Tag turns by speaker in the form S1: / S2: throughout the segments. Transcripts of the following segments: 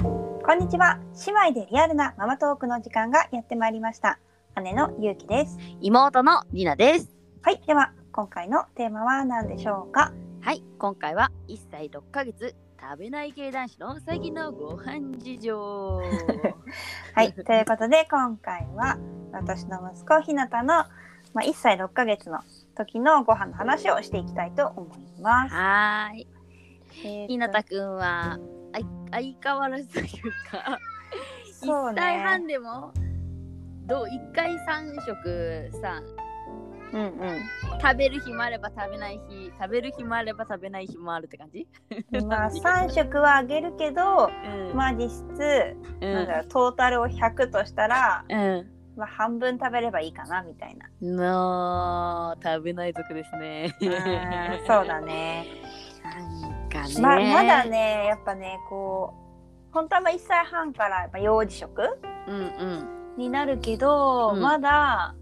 S1: こんにちは姉妹でリアルなママトークの時間がやってまいりました姉のゆうきです
S2: 妹のりなです。
S1: はいでは今回のテーマは何でしょうか
S2: はい、今回は1歳6ヶ月食べない系男子の最近のご飯 事情。
S1: はいということで今回は私の息子ひなたの、まあ、1歳6ヶ月の時のご飯の話をしていきたいと思います。
S2: はーい、
S1: えーと
S2: ひなたくんはあい相変わらずというか、
S1: そう
S2: 1歳半
S1: ね。
S2: でもどう1回3食さ
S1: うんうん。
S2: 食べる日もあれば食べない日食べる日もあれば食べない日もあるって感じ、
S1: まあ3食はあげるけ ど、
S2: うん
S1: まあ実質、
S2: うん
S1: なんだろうトータルを100としたら、
S2: うん
S1: まあ、半分食べればいいかなみたい な。
S2: の食べない族ですね。
S1: あーそうだね。
S2: なんかね。
S1: ままだ。ねやっぱねこう本当はまあ1歳半からやっぱ幼児食
S2: うんうん。
S1: になるけど、
S2: うん
S1: まだ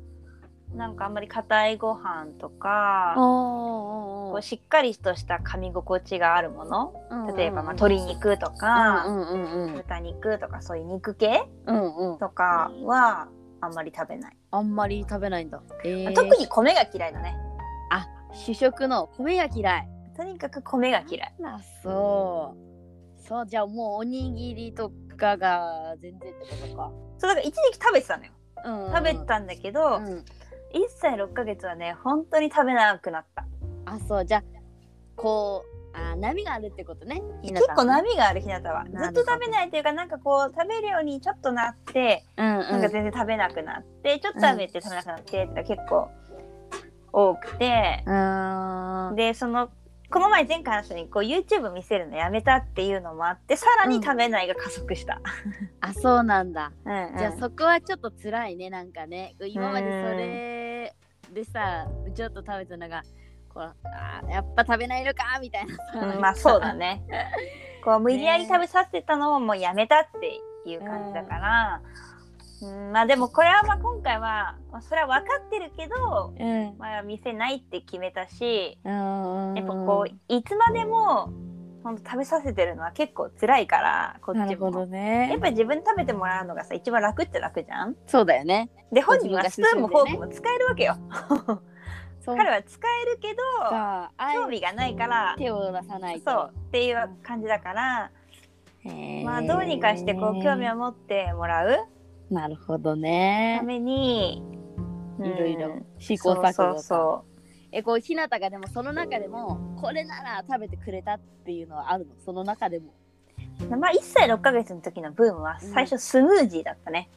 S1: なんかあんまり硬いご飯とか、
S2: お
S1: こうしっかりとした噛み心地があるもの、例えばまあ鶏肉とか、
S2: うんうんうん
S1: 豚肉とかそういう肉系
S2: うんうん。
S1: とかはあんまり食べない、
S2: あんまり食べないんだ。えー、
S1: 特に米が嫌いだね
S2: 主食の米が嫌い。
S1: とにかく米が嫌い
S2: なそう。そうじゃあもうおにぎりとかが全然ってことか。
S1: そうだから一時期食べてたのよ
S2: うんうん
S1: 食べてたんだけど、
S2: うん。
S1: 1歳6ヶ月はね本当に食べなくなった
S2: あそうじゃあこうあ波があるってことね。ひな
S1: 結
S2: た
S1: 構。波がある日向は
S2: なる
S1: ずっ
S2: ほど
S1: と食べないというかなんかこう食べるようにちょっとなって、
S2: うん
S1: なん
S2: う
S1: か
S2: ん。
S1: 全然食べなくなってちょっと食べて食べなくなってって結構多くて、
S2: あー
S1: でそのこの前前回の人にこう YouTube 見せるのやめたっていうのもあってさらに食べないが加速した。
S2: あそうなんだ。
S1: うんうん
S2: じゃあそこはちょっと辛いねなんかね今までそれでさちょっと食べたのがこうあーやっぱ食べないのかみたいなさ、
S1: うんまあそうだね。こう無理やり食べさせてたのをもうやめたっていう感じだから、うん、まあでもこれはまあ今回はまあそれは分かってるけど、
S2: うん
S1: まあ、見せないって決めたしや
S2: や
S1: っぱこういつまでもほんと食べさせてるのは結構辛いからこ
S2: な
S1: っち
S2: るほど
S1: も。
S2: ね
S1: やっぱ自分に食べてもらうのがさ一番楽っちゃ楽じゃん
S2: そうだよね
S1: で本人はスプーンもフォークも使えるわけよ、
S2: そう
S1: 彼は使えるけど
S2: かあえ
S1: 興味がないから
S2: 手を出さないと
S1: そうっていう感じだから、
S2: へー
S1: まあどうにかしてこう興味を持ってもらう
S2: なるほど
S1: た
S2: ね
S1: めに、う
S2: い
S1: ん
S2: ろいろ試行
S1: そ
S2: 錯
S1: う
S2: 誤
S1: そうそ
S2: えこうひなたがでもその中でもこれなら食べてくれたっていうのはあるのその中でも
S1: うまあ1歳6ヶ月の時のブームは最初スムージーだったね、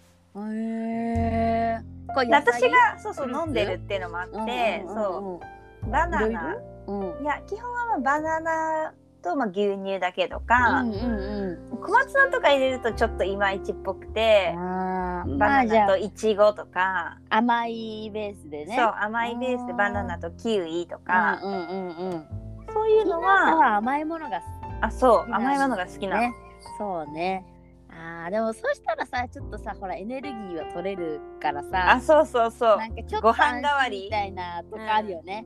S2: へえ
S1: で私がそうそう
S2: フルーツ
S1: 飲んでるっていうのもあって、そ
S2: うん
S1: うバナナ
S2: いろいろうんうん
S1: いや基本はまあバナナとまあ牛乳だけとか、
S2: うんうん
S1: 小松菜とか入れるとちょっといまいちっぽく
S2: う
S1: て
S2: ん、あーま
S1: バナ
S2: あじゃ
S1: ナと
S2: あ
S1: イチゴとか、
S2: 甘いベースでね
S1: そう甘いベースで
S2: あー
S1: バナナとキウイとか、
S2: うんうんうんうん
S1: そういうの
S2: 朝
S1: は
S2: は甘いものが好
S1: あそう
S2: 好きなんだ
S1: 甘いものが好き
S2: き
S1: なの、
S2: ねそうねあーでもそうしたらさちょっとさほらエネルギーは取れるから
S1: あ
S2: さ
S1: そうそうそう
S2: なんかちょっと
S1: ご飯代わ
S2: 安心み
S1: り
S2: たいなとかあるよね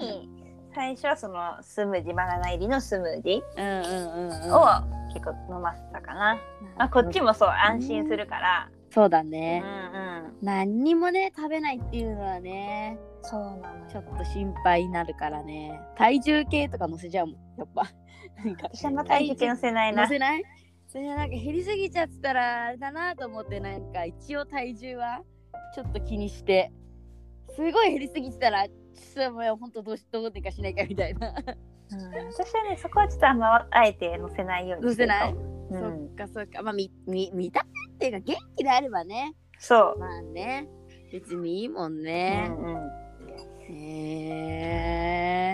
S1: に最初はそのスムージーバナナ入りのスムージ
S2: うんうんうんうん
S1: ーを結構飲ませたかな、まあ、こっちもそう安心するから、
S2: そうだ
S1: うんう
S2: ね
S1: ん、
S2: 何にもね食べないっていうのはね
S1: そうなのよ
S2: ちょっと心配になるからね体重計とか乗せちゃうもんやっぱ なんか
S1: 私はまた体重計乗せない
S2: 乗
S1: な
S2: せないそれでなんか減りすぎちゃってたらあれだなと思ってなんか一応体重はちょっと気にしてすごい減りすぎてたらちょっともう本当どうしどうにかしないかみたいな
S1: うん私はねそこはちょっとあんまあえて載せないように
S2: 乗
S1: してる
S2: せない、
S1: う
S2: そ
S1: ん
S2: っかそっかまあみみ見た目っていうか元気であればね
S1: そう、
S2: まあね別にいいもん
S1: う
S2: ね、
S1: んうん、
S2: へ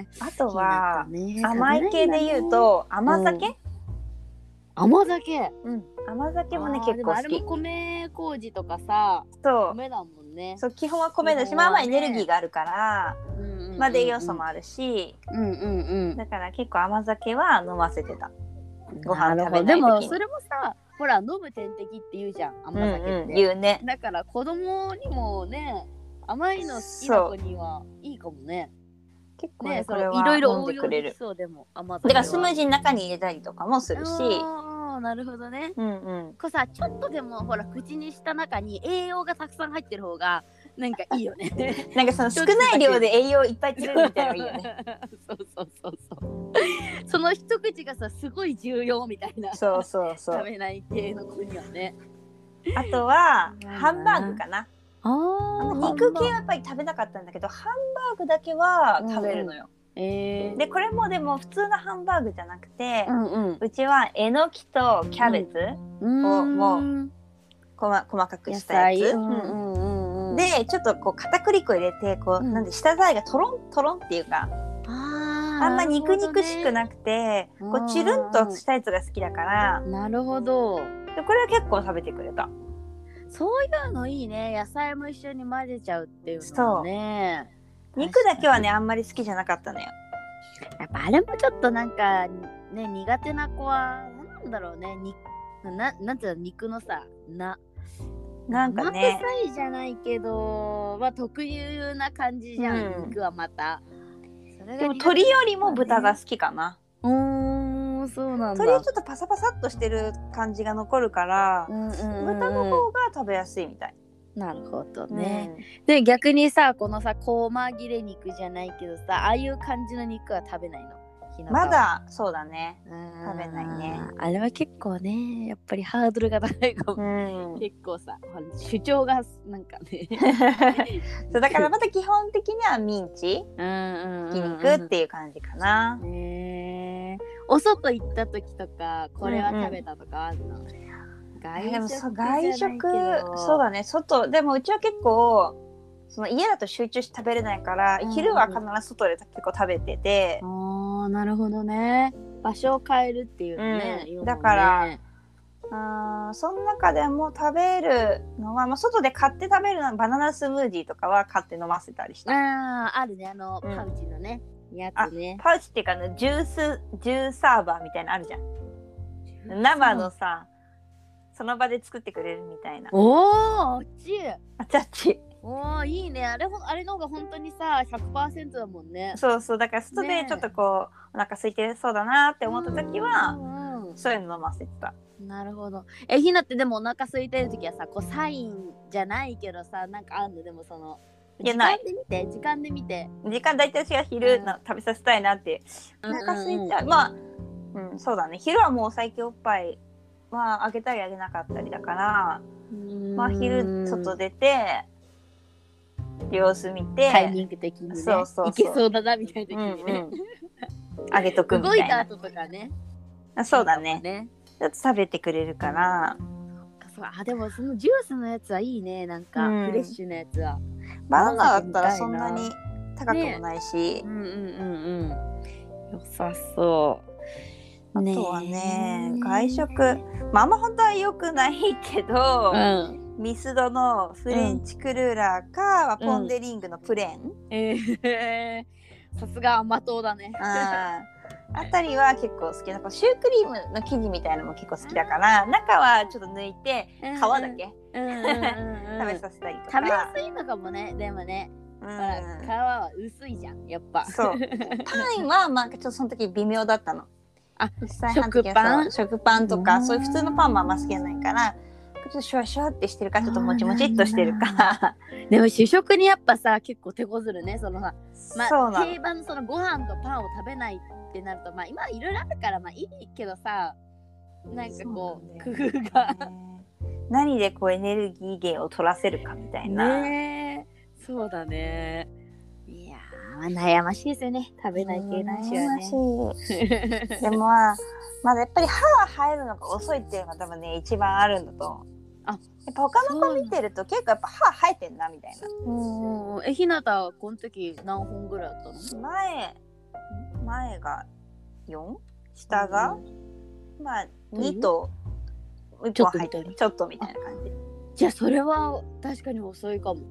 S2: え
S1: あとは
S2: ね
S1: 甘い系で言うと甘酒、
S2: 甘酒
S1: うん、甘酒もね
S2: あー
S1: 結
S2: で
S1: 構
S2: も
S1: 好
S2: あれ
S1: き
S2: も米麹とかさ
S1: そう
S2: 米だもんね
S1: そう基本は米だしまあまあエネルギーがあるから、
S2: うんうんうんうん
S1: まあ栄養素もあるし
S2: うんうんうん
S1: だから結構甘酒は飲ませてたご飯
S2: る
S1: 食
S2: ほ
S1: べな
S2: ど
S1: い時に
S2: でもそれもさほら飲む点滴って言うじゃん甘酒って、
S1: うんうん、言うね
S2: だから子供にもね甘いの好きな子にはいいかもね
S1: 結構ね
S2: ね
S1: これ
S2: そのいろいろ
S1: は飲ん
S2: 応
S1: で
S2: 用
S1: くれ
S2: でき
S1: る
S2: そうでも甘
S1: だ
S2: 酒
S1: か
S2: は
S1: らスムージーの中に入れたりとかもするし
S2: あああなるほどね
S1: うんうん
S2: こうさちょっとでもほら口にした中に栄養がたくさん入ってる方がなんかいいよね
S1: なんかその少ない量で栄養いっぱい取れるみたいなのがいいよね
S2: そうそうそうそうその一口がさすごい重要みたいな
S1: そうそうそ
S2: 食
S1: う
S2: べない系の子にはね
S1: あとは
S2: うん
S1: ハンバーグかな
S2: あ
S1: あ
S2: あ
S1: の肉系はやっぱり食べなかったんだけどハンバーグだけは食べるのよ、
S2: えー、
S1: でこれもでも普通のハンバーグじゃなくて、
S2: うんうん
S1: うちはえのきとキャベツ、
S2: う
S1: も
S2: ん
S1: こま細かく
S2: 野
S1: した
S2: 菜
S1: やつ、
S2: うん
S1: うん
S2: うんうん
S1: でちょっとこう片栗粉入れてこう、
S2: うん
S1: なんで下材がトロントロンっていうか
S2: あー
S1: あんま肉肉しくなくて、
S2: なるほ
S1: こ
S2: どね
S1: うチュルンとしたやつが好きだから、
S2: なるほど
S1: でこれは結構食べてくれた
S2: そういうのいいね野菜も一緒に混ぜちゃうっていうのもね
S1: 肉だけはねあんまり好きじゃなかったのよ
S2: やっぱあれもちょっとなんかね苦手な子はなんだろうねにななんていうの肉のさな
S1: なんか
S2: 生
S1: ね
S2: 臭いじゃないけどまあ特有な感じじゃん、
S1: うん
S2: 肉はまたそれ
S1: で
S2: が苦手
S1: も鶏よりも豚が好きかな
S2: うーんそうなんだ
S1: 鶏はちょっとパサパサっとしてる感じが残るから
S2: う、んうんうん
S1: 豚の方が食べやすいみたい
S2: なるほどね、
S1: ね、
S2: で逆にさこのさ細切れ肉じゃないけどさああいう感じの肉は食べないの日向は
S1: まだそうだね
S2: 食
S1: べないね
S2: あれは結構ねやっぱりハードルが高いか
S1: う
S2: も、
S1: ん
S2: 結構さほら主張がなんか ね
S1: そうだからまた基本的にはミンチ
S2: うん
S1: ひき肉っていう感じかな、
S2: てねお外行った時とかこれは食べたとかあるの、
S1: えでも
S2: 外食
S1: そう外食そう
S2: だ
S1: だね外でもうちは結構その家だと集中して食べれないから、
S2: うんうん
S1: 昼は必ず外で結構食べてて、
S2: あーなるほどね場所を変えるっていうのね、
S1: うん
S2: 言うもんね
S1: だからあーその中でも食べるのは、まあ、外で買って食べるのはバナナスムージーとかは買って飲ませたりした、
S2: あーあるねあの、
S1: うん
S2: パウチのねや
S1: あ
S2: つね
S1: パウチっていうかあのジュースジューサーバーみたいなのあるじゃん生のさその場で作ってくれるみたいな
S2: おおあっち
S1: あちゃっち
S2: おーいいねあれほんあれの方が本当にさ100%だもんね
S1: そうそうだから外
S2: ね
S1: で
S2: え
S1: ちょっとこう、お腹空いてそうだなって思った時は、
S2: うんうん
S1: そういうの飲ませてた
S2: うんなるほどえひなってでもお腹空いてる時はさこうサインじゃないけどさなんかあんのでもその
S1: いやない
S2: 時間で見て時間で見て
S1: 時間大体私は昼の、食べさせたいなってお腹空いちゃう、まあ、うん、そうだね昼はもう最強おっぱいはあげたりあげなかったりだから、
S2: うん
S1: まあ昼外出て様子見て
S2: タイミング的にね
S1: そうそうそう
S2: いけそうだなみたいな時に
S1: うんう
S2: ね、
S1: んあげとくみ
S2: 動
S1: た
S2: い
S1: い
S2: た
S1: な
S2: 後とかね
S1: あそうだね
S2: ね
S1: ちょっと食べてくれるから
S2: そうあでもそのジュースのやつはいいねなんか、
S1: うん
S2: フレッシュなやつは
S1: バナナだったらそんなに高くもないし、
S2: んうんうんうん良さそう
S1: あとはね外食まああんま本当は良くないけど、
S2: うん
S1: ミスドのフレンチクルーラーか、ポン・デ・リングのプレーン、
S2: ええ さすが甘党だね
S1: あーあたりは結構好きなこうシュークリームの生地みたいのも結構好きだから中はちょっと抜いて皮だけ
S2: うんうんうんうん
S1: 食べさせたりとか、
S2: 食べやすいのかもねでもね、
S1: う
S2: ほら
S1: ん
S2: 皮は薄いじゃんやっぱ
S1: そうパンはまあちょっとその時微妙だったの
S2: あ
S1: 1歳半の時はそう食パンと
S2: う
S1: か
S2: ん
S1: そういう普通のパンもあんま好きじゃないからちょっとシュワシュワってしてるかちょっともちもちっとしてる か
S2: でも主食にやっぱさ結構手こずるねそのさ、ま
S1: そう
S2: あ、
S1: なの
S2: 定番のそのご飯とパンを食べないってなるとまあ今いろいろあるからまあいいけどさなんかこう
S1: そう
S2: 工夫が
S1: 何でこうエネルギー源を取らせるかみたいな、
S2: ねえそうだねいやー悩ましいですよね食べない系男子はね
S1: ねでもまあ、まだやっぱり歯が生えるのが遅いっていうのが多分ね一番あるんだと思う。
S2: あ
S1: やっぱ他の子見てると結構やっぱ歯生えてんなみたい
S2: うんうんえひなたはこの時何本ぐらいあったの
S1: な。前前が 4? 下が、まあ2と1本入ってるちょっとみたいな感じ。
S2: じゃあそれは確かに遅いかも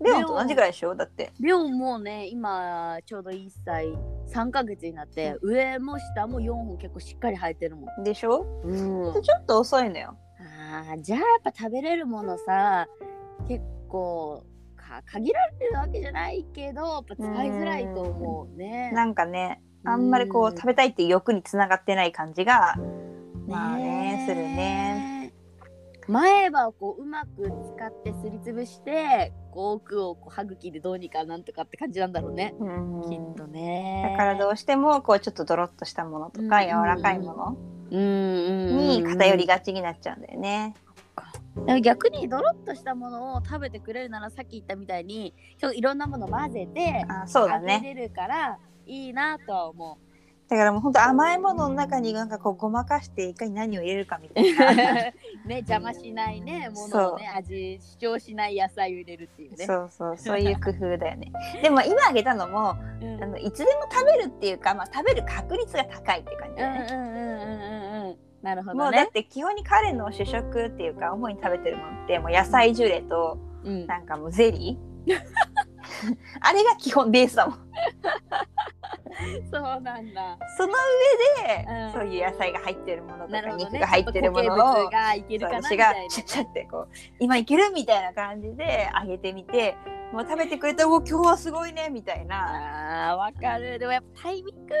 S1: レオンと同じぐらいでしょだって。
S2: レオンもね今ちょうど1歳3ヶ月になって、上も下も4本結構しっかり生えてるも
S1: でしょ、
S2: ん、
S1: でちょっと遅いのよ。
S2: あーじゃあやっぱ食べれるものさ結構か限られてるわけじゃないけどやっぱ使いづらいと思うね
S1: なんかねあんまりこう食べたいっていう欲につながってない感じがまあねするね。
S2: 前歯をこううまく使ってすりつぶしてこう奥をこう歯茎でどうにかなんとかって感じなんだろうね、
S1: うん
S2: きっとね
S1: だからどうしてもこうちょっとドロッとしたものとか
S2: うん
S1: 柔らかいも
S2: うんうん
S1: の
S2: う
S1: に
S2: ん
S1: 偏りがちになっちゃうんだよね。
S2: でも逆にドロッとしたものを食べてくれるならさっき言ったみたいにちょっといろんなもの混ぜて
S1: あそうだ
S2: 食
S1: ね。
S2: べれるからいいなとは 思う
S1: だからもう本当甘いものの中になんかこうごまかしていかに何を入れるかみたいな。
S2: ね邪魔しないねものをね味主張しない野菜を入れるっていうね
S1: そうそうそういう工夫だよね。でも今あげたのも
S2: うん
S1: あのいつでも食べるっていうか、まあ、食べる確率が高いって感じ
S2: うん
S1: だ
S2: うん
S1: ね。
S2: うんうんうんうんなるほ
S1: も
S2: ど
S1: うだ
S2: ね
S1: って基本に彼の主食っていうか主に食べてるものってもう野菜ジュレと
S2: うん
S1: なんかもうゼリー あれが基本ベースだもん
S2: そうなんだ
S1: その上で、
S2: うん
S1: そういう野菜が入ってるものと
S2: な
S1: か、
S2: るほど
S1: 肉
S2: ね
S1: が入ってるもの
S2: ちょっと固
S1: を
S2: 形物がいける
S1: そう
S2: かなみた
S1: 私
S2: いな
S1: がシャッシャッってこう今いけるみたいな感じであげてみてもう食べてくれたお今日はすごいねみたいな
S2: あーわかるでもやっぱタイミング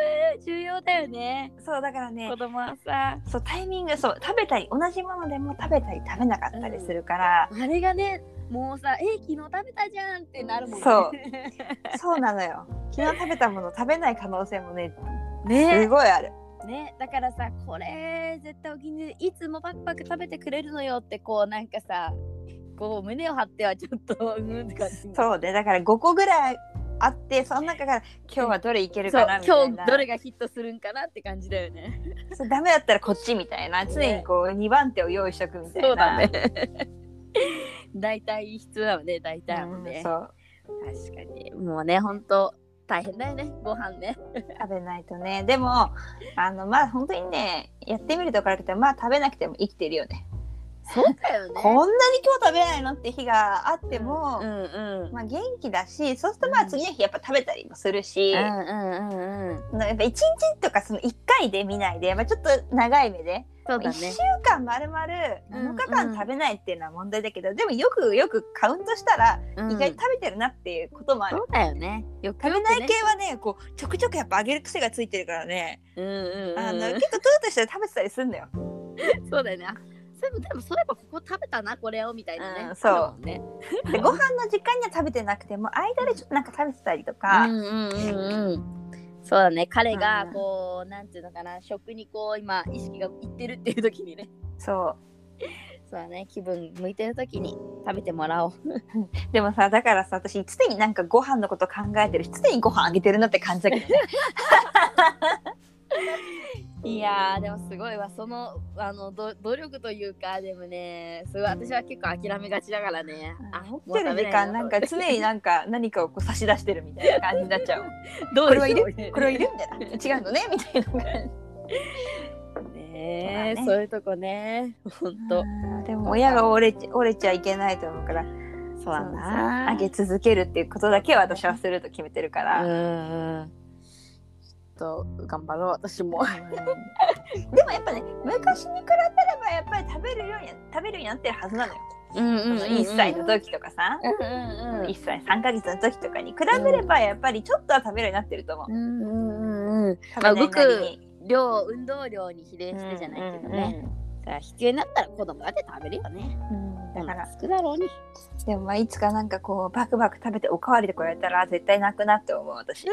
S2: 重要だよね
S1: そうだからね
S2: 子供はさ
S1: そうタイミングそう食べたり同じものでも食べたり食べなかったりするから、
S2: あれがねもうさ「え昨日食べたじゃん」ってなるもんね
S1: そうそうなのよ昨日食べたもの食べない可能性もねす
S2: ね
S1: ごいある
S2: ねだからさこれ絶対お気に入りいつもパクパク食べてくれるのよってこうなんかさこう胸を張ってはちょっとうんって感じ
S1: そうでだから5個ぐらいあってその中から今日はどれいける
S2: そ
S1: か
S2: う
S1: なみた
S2: 今
S1: いな
S2: 日どれがヒットするんかなって感じだよね
S1: そうダメだったらこっちみたいな常にこう2番手を用意しとくみたいな
S2: そうだね大体必要だもんね大体は
S1: うん
S2: ね、
S1: そう
S2: 確かにもうねほんと大変だよねご飯ね
S1: 食べないとねでもあのまあ本当にねやってみると分かるけどまあ食べなくても生きてるよね
S2: そうだよね
S1: こんなに今日食べないのって日があっても、
S2: うんうんうん
S1: まあ、元気だしそうするとまあ
S2: うん
S1: 次の日やっぱ食べたりもするし、
S2: うんうんうんうん
S1: なんかやっぱ1日とかその1回で見ないで、まあ、ちょっと長い目で、
S2: そう
S1: 1
S2: だ
S1: 週
S2: ね
S1: 間まるまる7日
S2: うんう
S1: 間
S2: ん
S1: 食べないっていうのは問題だけど、でもよくよくカウントしたら
S2: うん
S1: 意外と食べてるなっていうこともある。
S2: そうだよねよく
S1: 食
S2: よ
S1: べ
S2: くね
S1: ない系はねこうちょくちょくやっぱ揚げる癖がついてるからね、
S2: うんうんうん
S1: あの結構トヨタしたら食べてたりすんの よ
S2: そうだよね。あそういえば、でも、そういえば、ここ食べたな、これをみたいなね。
S1: うんそう
S2: だもんね。
S1: でご飯の時間には食べてなくても間でちょっとなんか食べてたりと
S2: う
S1: か、
S2: んうんうんうん。そうだね。彼が
S1: うん
S2: こう、なんていうのかな、食にこう、今意識がいってるっていう時にね。
S1: そ
S2: そうだね。気分向いてる時に食べてもらおう。
S1: うでもさだからさ私常になんかご飯のこと考えてるし常にご飯あげてるなって感じだけどね
S2: いやー、でも、すごいわ。その、あの、ど努力というか、でもね。すごい、私は結構諦めがちだからね。 あ、も
S1: 来てる時間なんか
S2: う食べ
S1: 常になんか何かをこう差し出してるみたいな感じになっち ゃう
S2: ど
S1: こ
S2: う
S1: れ
S2: で
S1: はいる
S2: しょうね
S1: これはいるみたい な違うのねみたいな感じ
S2: ね
S1: そうだね
S2: え、そういうとこね。本当。
S1: あーでも親が折れち折れちゃいけないと思うから
S2: そうだな。
S1: あげ続けるっていうことだけは私はすると決めてるから、
S2: うんうんちょっと頑張ろう私も
S1: うんでもやっぱね昔に比べればやっぱり食べるように食べるようになってるはずなのよ、
S2: うんう
S1: その1歳の時とかさ、
S2: うん
S1: 1歳3ヶ月の時とかに比べればやっぱりちょっとは食べるようになってると思う、
S2: うんうんうん
S1: 食べないなりに
S2: 量運動量に比例してじゃないけどね、だから必要になったら子供だって食べるよね
S1: うんうんうんだから
S2: 少だろうに
S1: でもまあいつかなんかこうバクバク食べておかわりでこられたら絶対なくなって思う私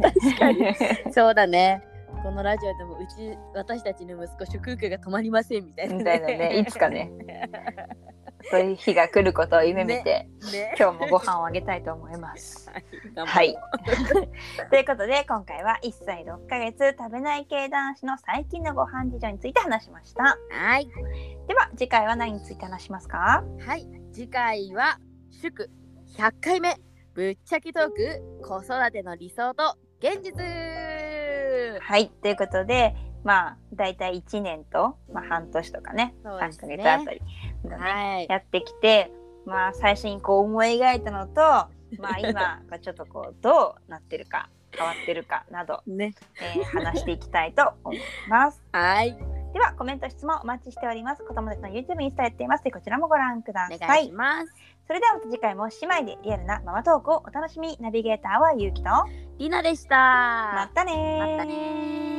S1: 確
S2: か
S1: に
S2: そうだねこのラジオでもうち私たちの息子食欲が止まりませんみたいな
S1: みたいなねいつかねそういう日が来ることを夢見て、
S2: ね
S1: 今日もご飯をあげたいと思います。
S2: 頑張ろう
S1: はい。という ことで今回は1歳6ヶ月食べない系男子の最近のご飯事情について話しました。
S2: はい
S1: では次回は何について話しますか
S2: はい、次回は祝100回目ぶっちゃけトーク子育ての理想と現実
S1: はい。ということでまあ大体1年と、まあ、半年とかね
S2: そうで
S1: 3
S2: す
S1: ヶ
S2: ね
S1: 月あたりのね、
S2: はい、
S1: やってきてまあ最初にこう思い描いたのと まあ今がちょっとこうどうなってるか変わってるか など、
S2: ね、
S1: えー話していきたいと思います。
S2: はい、
S1: ではコメント質問お待ちしております子供たちの YouTube インスタやっていますのでこちらもご覧くだ
S2: お
S1: さ
S2: 願
S1: い
S2: いします。
S1: それではまた次回も姉妹でリアルなママトークをお楽しみにナビゲーターはゆうきと
S2: りなでした。
S1: またねー
S2: またねー